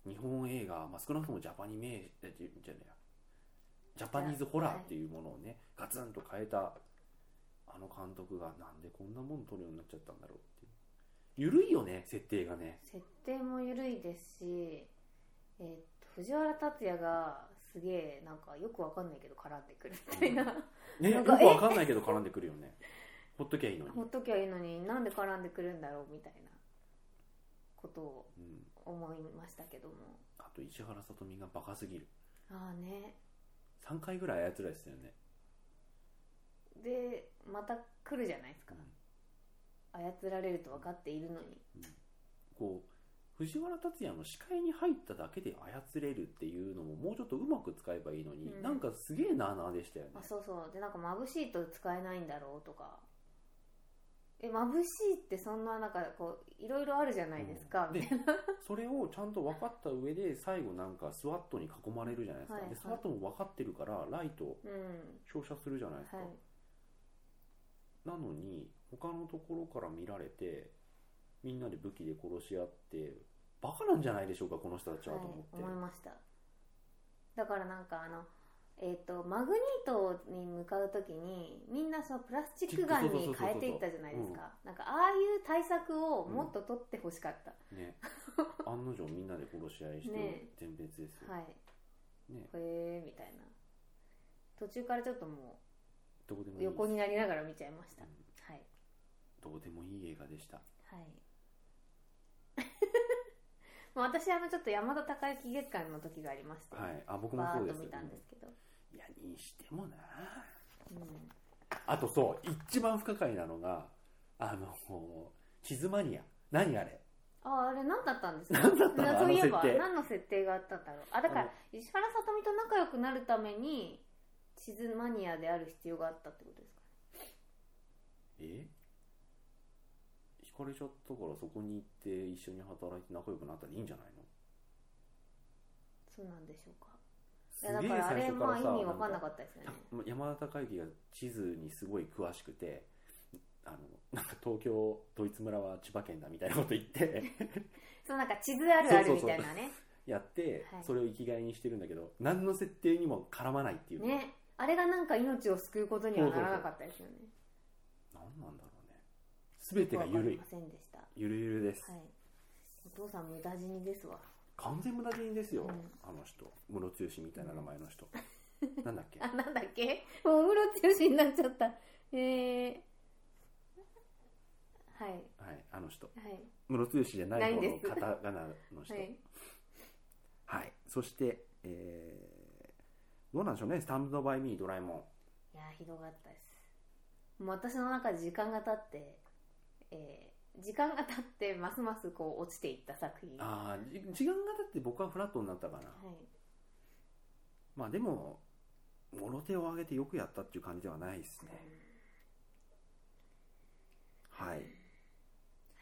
日本映画、まあ、少なくともジャパニメーえじじゃねえやジャパニーズホラーっていうものをねガツンと変えたあの監督がなんでこんなもん撮るようになっちゃったんだろうっていう緩いよね設定がね設定も緩いですし、えーっと藤原竜也がすげえなんかよくわかんないけど絡んでくるみたいな、ねなよんくかわかんないけど絡んでくるよねほっときゃいいのに、ほっときゃいいのになんで絡んでくるんだろうみたいなことをうん、思いましたけどもあと石原さとみがバカすぎるああね3回ぐらい操られてたよね、でまた来るじゃないですうかん操られると分かっているのにこう藤原竜也の視界に入っただけで操れるっていうのももうちょっとうまく使えばいいのに、うんなんかすげえなあなあでしたよねあそうそうでなんか眩しいと使えないんだろうとかえ眩しいってそんななんかこういろいろあるじゃないですか、うんでそれをちゃんと分かった上で最後なんかスワットに囲まれるじゃないですか、はいはでいスワットも分かってるからライトをうん照射するじゃないですか、はいなのに他のところから見られてみんなで武器で殺し合ってバカなんじゃないでしょうかこの人たちははいと思って、思いましただからなんかあのえっ、とマグニートに向かう時にみんなそのプラスチックガンそうそうにそうそうそう変えていったじゃないですかなんかああいう対策をもっと取ってほしかった、ね案の定みんなで殺し合いしてね全滅ですよ、はいねへえみたいな途中からちょっともどうでもいうい横になりながら見ちゃいましたうんはいどうでもいい映画でしたはい もう私あのちょっと山田孝之月間の時がありまして、はいあ僕もバそーうッでとす見たんですけど、いやにしてもなうん、あとそう一番不可解なのがあの地図マニア何あれああれ何だったんですか何だったのなそういえばあの設定何の設定があったんだろうあだかあら石原さとみと仲良くなるために地図マニアである必要があったってことですかえ引かれちゃったからそこに行って一緒に働いて仲良くなったらいいんじゃないのそうなんでしょうかいすやだげえからあ最れ初かまあら意さ味わかんななかんかったですよね山田孝之が地図にすごい詳しくてあのなんか東京ドイツ村は千葉県だみたいなこと言って そうなんか地図あるあるみたいなねやって、はいそれを生きがいにしてるんだけど何の設定にも絡まないっていうねあれがなんか命を救うことにはならなかったですよね何なんだろうね全てがよくわか緩りいませんでしたはゆるゆるです、いお父さん無駄死にですわ完全無駄死にですよ、うんあの人ムロツヨシみたいな名前の人、なんだっけあなんだっけもう室強しになっちゃったえー、はいはいあの人はいムロツヨシじゃない方ないのですカタカナの人ははいい、、そして、えー、どうなんでしょうねスタンドバイミードラえもんいやーひどかったですもう私の中で時間が経って、えー時間が経ってますますこう落ちていった作品はああ時間が経って僕はフラットになったかな、まあでももろ手を挙げてよくやったっていう感じではないですねはい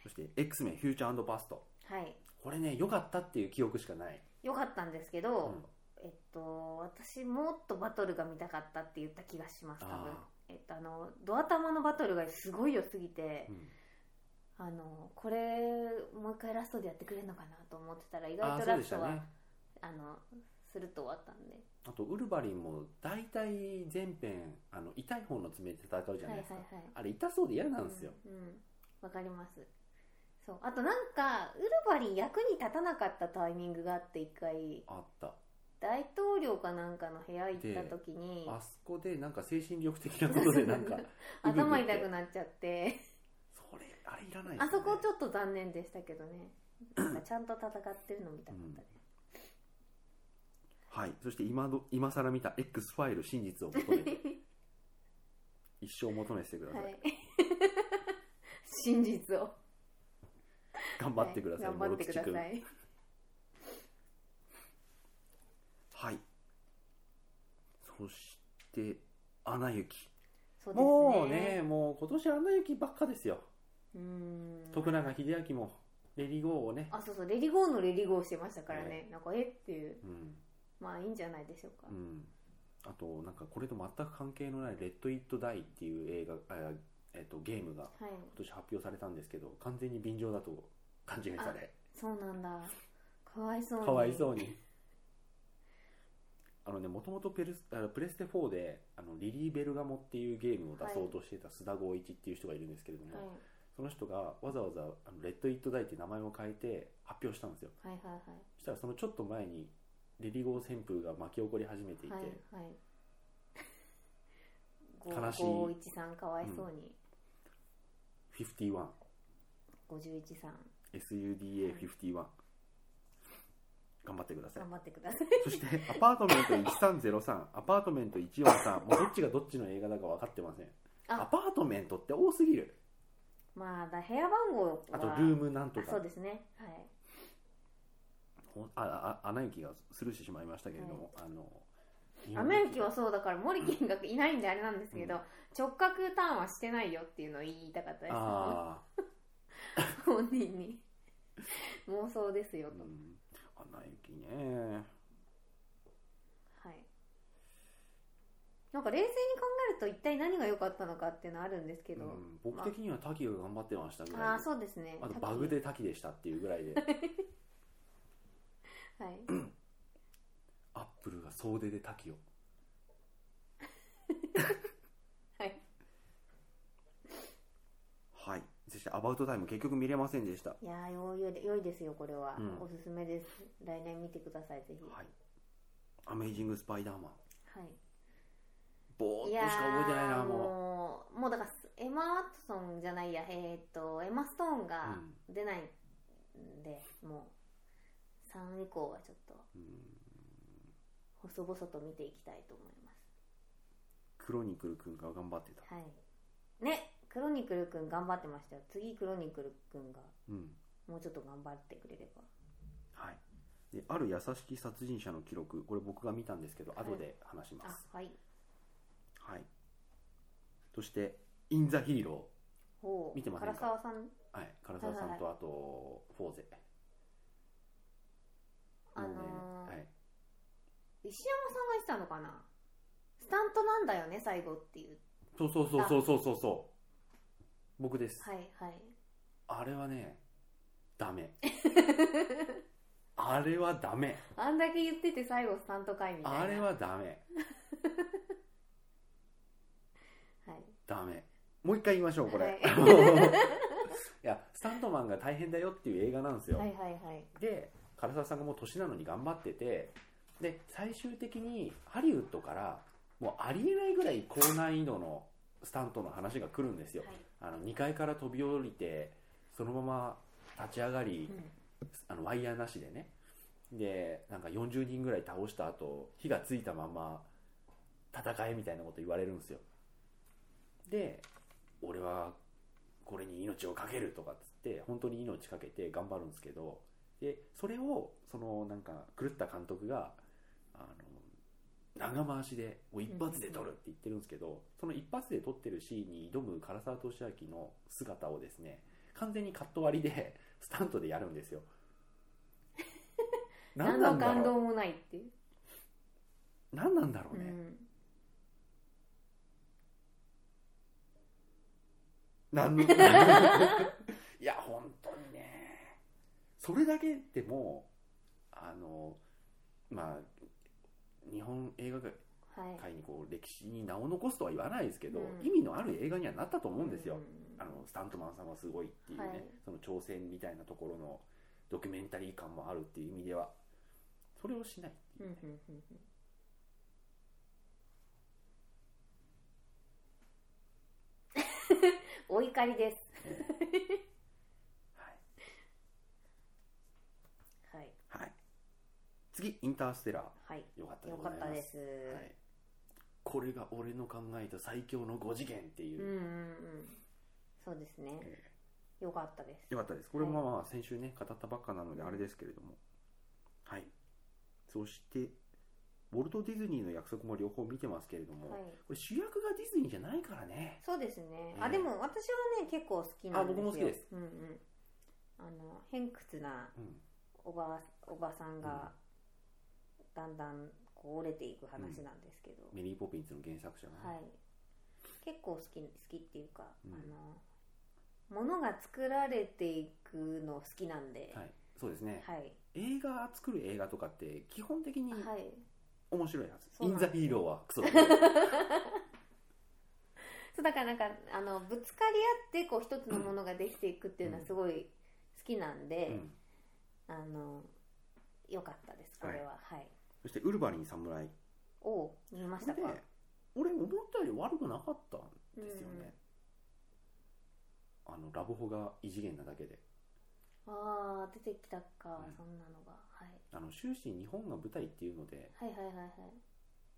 そして X メンフューチャーパストい、はい、これね良かったっていう記憶しかない、よかったんですけうど、んえっと私もっとバトルが見たかったって言った気がします多あ分ーえっと、あのドア玉のバトルがすごい良すぎてう、んあのこれもう一回ラストでやってくれるのかなと思ってたら意外ああとそうラでスしたトはあ、ねのスルッと終わったんであとウルヴァリンも大体前編あの痛い方の爪で戦うじゃはないはいいですか、はいあれ痛そうで嫌なんですよ、うんうんわ、かりますそうあとなんかウルヴァリン役に立たなかったタイミングがあって一回あった大統領かなんかの部屋行った時にあそこでなんか精神力的なこと でなんか頭痛くいなっちゃってそれあれいらないですあねそこちょっと残念でしたけどねなんかちゃんと戦ってるの見たかったです、はいそして今ど今更見た X ファイル真実を求め て一生求めてください、はい 真実を頑張ってください、はい頑張ってくだ諸吉さ君いはいそしてアナ雪そうですねもうねもう今年アナ雪ばっかですようーん徳永英明もレリゴーをね、あそうそうレリゴーのレリゴーしてましたからね、なんかえっていううんまあいいんじゃないでしょうか、うん、あとなんかこれと全く関係のない「レッド・イット・ダイ」っていう映画、あえっとゲームがはい今年発表されたんですけど完全に便乗だと勘違いされそうなんだかわいそうにかわいそうにあのねもともとペルスあのプレステ4であのリリー・ベルガモっていうゲームを出そうとしてた須田剛一っていう人がいるんですけれども、はいその人がわざわざ「あのレッド・イット・ダイ」って名前を変えて発表したんですよはいはそしたらそのちょっと前にレリゴー旋風が巻き起こり始めていいて、はいはいはい悲しい513かわいそうに、 51 513 SUDA51、頑張ってください頑張ってください そしてアパートメント1303アパートメント143もうどっちがどっちの映画だか分かってませんあアパートメントって多すぎるまあだ部屋番号はあとルームなんとあかそうですねはいほああアナ雪がスルーしてしまいましたけれども、あの雨雪はそうだからモリキンがいないんであれなんですけど、うん直角ターンはしてないよっていうのを言いたかったですあ本人に妄想ですよあ、うと、ん、アナ雪ねはいなんか冷静に考えると一体何が良かったのかっていうのはあるんですけうど、ん、僕的には滝が頑張ってましたぐらいでああそうですねあとバグで滝でしたっていうぐらいではいアップルが総出で滝をはいはいそしてアバウトタイム結局見れませんでしたいやーよいよ良いですよこれは、うんおすすめです来年見てくださいぜひはいアメイジングスパイダーマンはいぼーいっとしか覚えてないなーももうもうだからエマ・ワトソンじゃないやえーっとエマ・ストーンが出ないんで、もう3以降はちょっとう、うん細々と見ていきたいと思いまクロニクル君が頑張ってたすはいねクロニクルくん頑張ってましたよ次クロニクルくんがうんもうちょっと頑張ってくれればはいである優しき殺人者の記録これ僕が見たんですけどい後で話しますあはいはいそして「イン・ザ・ヒーロほう見てません唐か沢さんー」はい唐沢さんとあとフォーゼあのーもうねはい石山さんが言ってたのかなスタントなんだよね最後っていうそうそうそうそうそうそうそう僕です、はいはいあれはねダ メあれはダメあんだけ言ってて最後スタント会みたいなあれはダメはいダメもう一回言いましょうこれ、はい いやスタントマンが大変だよっていう映画なんですよ、はいはいはいで唐沢さんがもう年なのに頑張っててで最終的にハリウッドからもうありえないぐらい高難易度のスタントの話が来るんですよ、はいあの2階から飛び降りてそのまま立ち上がり、うんあのワイヤーなしでねでなんか40人ぐらい倒した後火がついたまま戦えみたいなこと言われるんですよで俺はこれに命を懸けるとかっつって本当に命かけて頑張るんですけどでそれをそのなんか狂った監督があの長回しでもう一発で撮るって言ってるんですけどその一発で撮ってるシーンに挑む唐沢俊明の姿をですね完全にカット割りでスタントでやる んですよ何何のなんだ感ろう動もないっていう、何なんだろううね、んな んのいや本当にねそれだけでもあのまあ日本映画はい界にこう歴史に名を残すとは言わないですけど、うん意味のある映画にはなったと思うんですよ、うんあのスタントマンさんはすごいっていうね、はいその挑戦みたいなところのドキュメンタリー感もあるっていう意味ではそれをしないってういんううね、んうんうん お怒りですえ えはいはいはい、次インターステラーはいよかったでよござかいっますたです、はい、これが俺の考えた最強の5次元っていうう、んうんうんそうですねえよかったですーよかったですこれもまあまあ先週ね語ったばっかなのであれですけれどもはいそしてウォルト・ディズニーの約束も両方見てますけれども、はいこれ主役がディズニーじゃないからねそうですね、えあえでも私はね結構好きなんですよあ僕も好きです、うんうん、あの偏屈なうんおばおばさんがだんだんこう折れていく話なんですけど、メリー・ポピンズの原作者がね、はい、結構好き好きっていうか、うんあの物が作られていくの好きなんではいそうですね、はい映画作る映画とかって基本的にはい面白いはず、そうイなン・んでザ・すヒーローはクソだ けどそうだからなんかあのぶつかり合ってこう一つのものができていくっていうのはすごい好きなんで、うんあの良かったですこれははい、そしてウルヴァリン侍おお見ましたでか俺思ったより悪くなかったんうんですよね、あのラブホが異次元なだけでああ出てきたか、うんそんなのが、はい、あの終始日本が舞台っていうのではいはいはいはい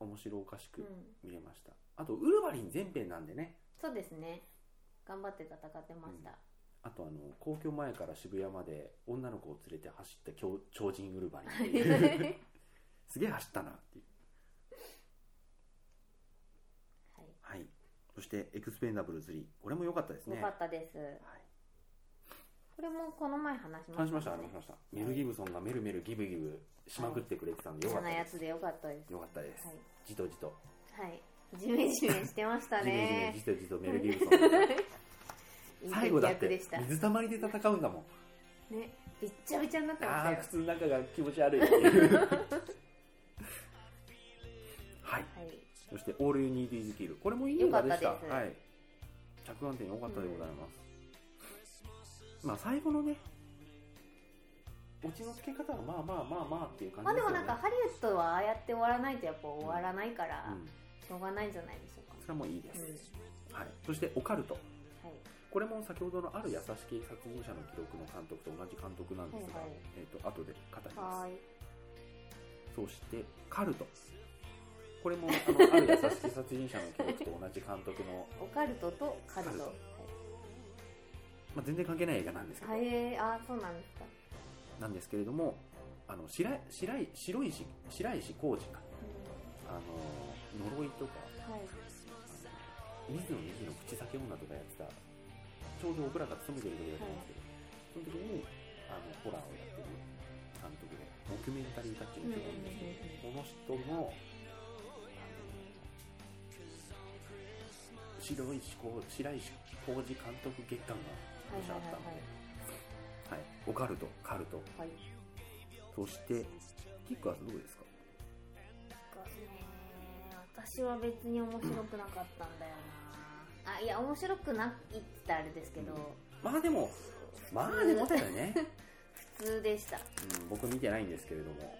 面白おかしうくん見れました、あとウルヴァリン全編なんでねそうですね頑張って戦ってました、あとあの皇居前から渋谷まで女の子を連れて走った強超人ウルヴァリンって いうすげえ走ったなっていうはいはいそしてエクスペンダブル3これも良かったですねよかったです、はいこれもこの前話しました、ね、話しました話しましたメル・ギブソンがメルメルギブギブしまくってくれてたんでよそかっんたなやでつすでよかったですよかったですはい、じとじとはい、ジメジメしてましたジメねジメじとじとメル・ギブソン いい最後だっ節約でてした水たまりで戦うんだもんねびっちゃびちゃになってましたあよあ靴の中が気持ち悪いってい うはいはいそして「オール・ユニー・ディーズ・キル」これもいい映画でした良かったですはい、着眼点良かったでございます、まあ最後のねオチのつけ方はまあまあまあまあっていう感まあじでですもよねなんかハリウッドはああやって終わらないとやっぱ終わらないから、うん、しょうがないんじゃないでしょうかそれもいいです、うんはい、そして「オカルト」はいこれも先ほどのある優しき殺人者の記録の監督と同じ監督なんですが、はいはいえー、と後で語りまはーすいそしてカルトこ れもあのある優しき殺人者の記録と同じ監督の、オカルトとカルカルトトまあ、全然関係ない映画なんですけど、はい、はい、ああそうなんですかなんですけれどもあの白い白い白石白石浩二かあの呪いとかはい水野水野口裂け女とかやってたちょうど僕らが勤めてる時だと思うんですけど、その時にあのホラーをやってる監督でドキュメンタリータッチの人がいるんですけど、この人の白石浩白石浩二監督月間が今年あったので、はいオカルトカルトはいそしてキックアスどうですか私は別に面白くなかったんだよなあいや面白くないって言ったらあれですけど、まあでもまあでもだよ ね、普通でした、うん、僕見てないんですけれども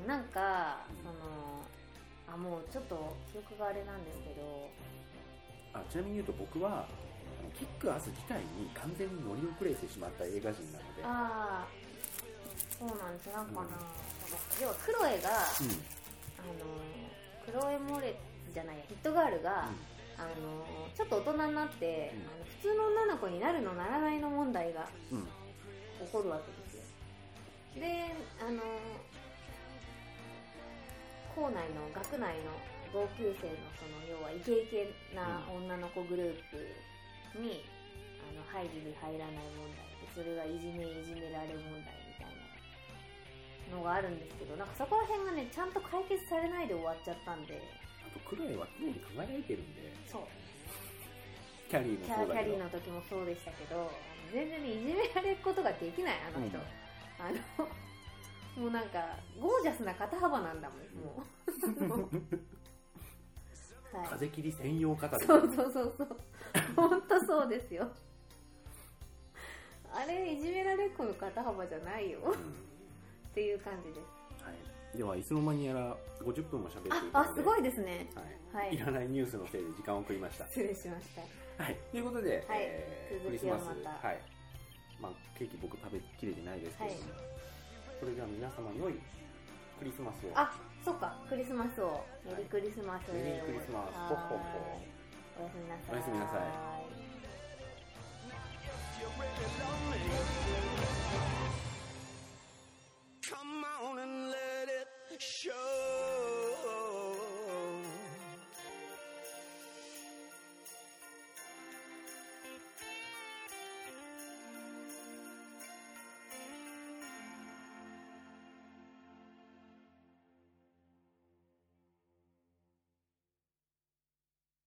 うん、なんか、うんそのあもうちょっと記憶があれなんですけどあちなみに言うと僕はあのキックアス自体に完全にノリをプレイしてしまった映画人なのでああそうなんですなんかな、うん要はクロエが、うんあのクロエ・モレじゃないやヒットガールが、あのちょっと大人になって、うんあの普通の女の子になるのならないの問題がうんうん起こるわけですよであの校内の学内の同級生のその要はイケイケな女の子グループに、あの入る入らない問題でそれがいじめいじめられ問題みたいなのがあるんですけどなんかそこら辺がねちゃんと解決されないで終わっちゃったんであとクロエは常に輝いてるんでそうキキャリーもキャそうキだャけリどーの時もそうでしたけどあの全然ねいじめられることができないあの人、うんあのもうなんかゴージャスな肩幅なんだもん、もう はい風切り専用方でそうそうそう そう本当そうですよあれいじめられっ子の肩幅じゃないようんっていう感じですはい、ではいつの間にやら50分も喋っていたのでああすごいですねは、はいいいらないニュースのせいで時間を食いました失礼しましたはい、ということで、えーク続リスきはマまス、たはいまあ、ケーキ僕食べきれてないですけど、はいそれでは皆様良いクリスマスをあそうかクリスマスをメリークリスマスメリークリスマスほっほっはいおほやすみなさいおやすみなさ If い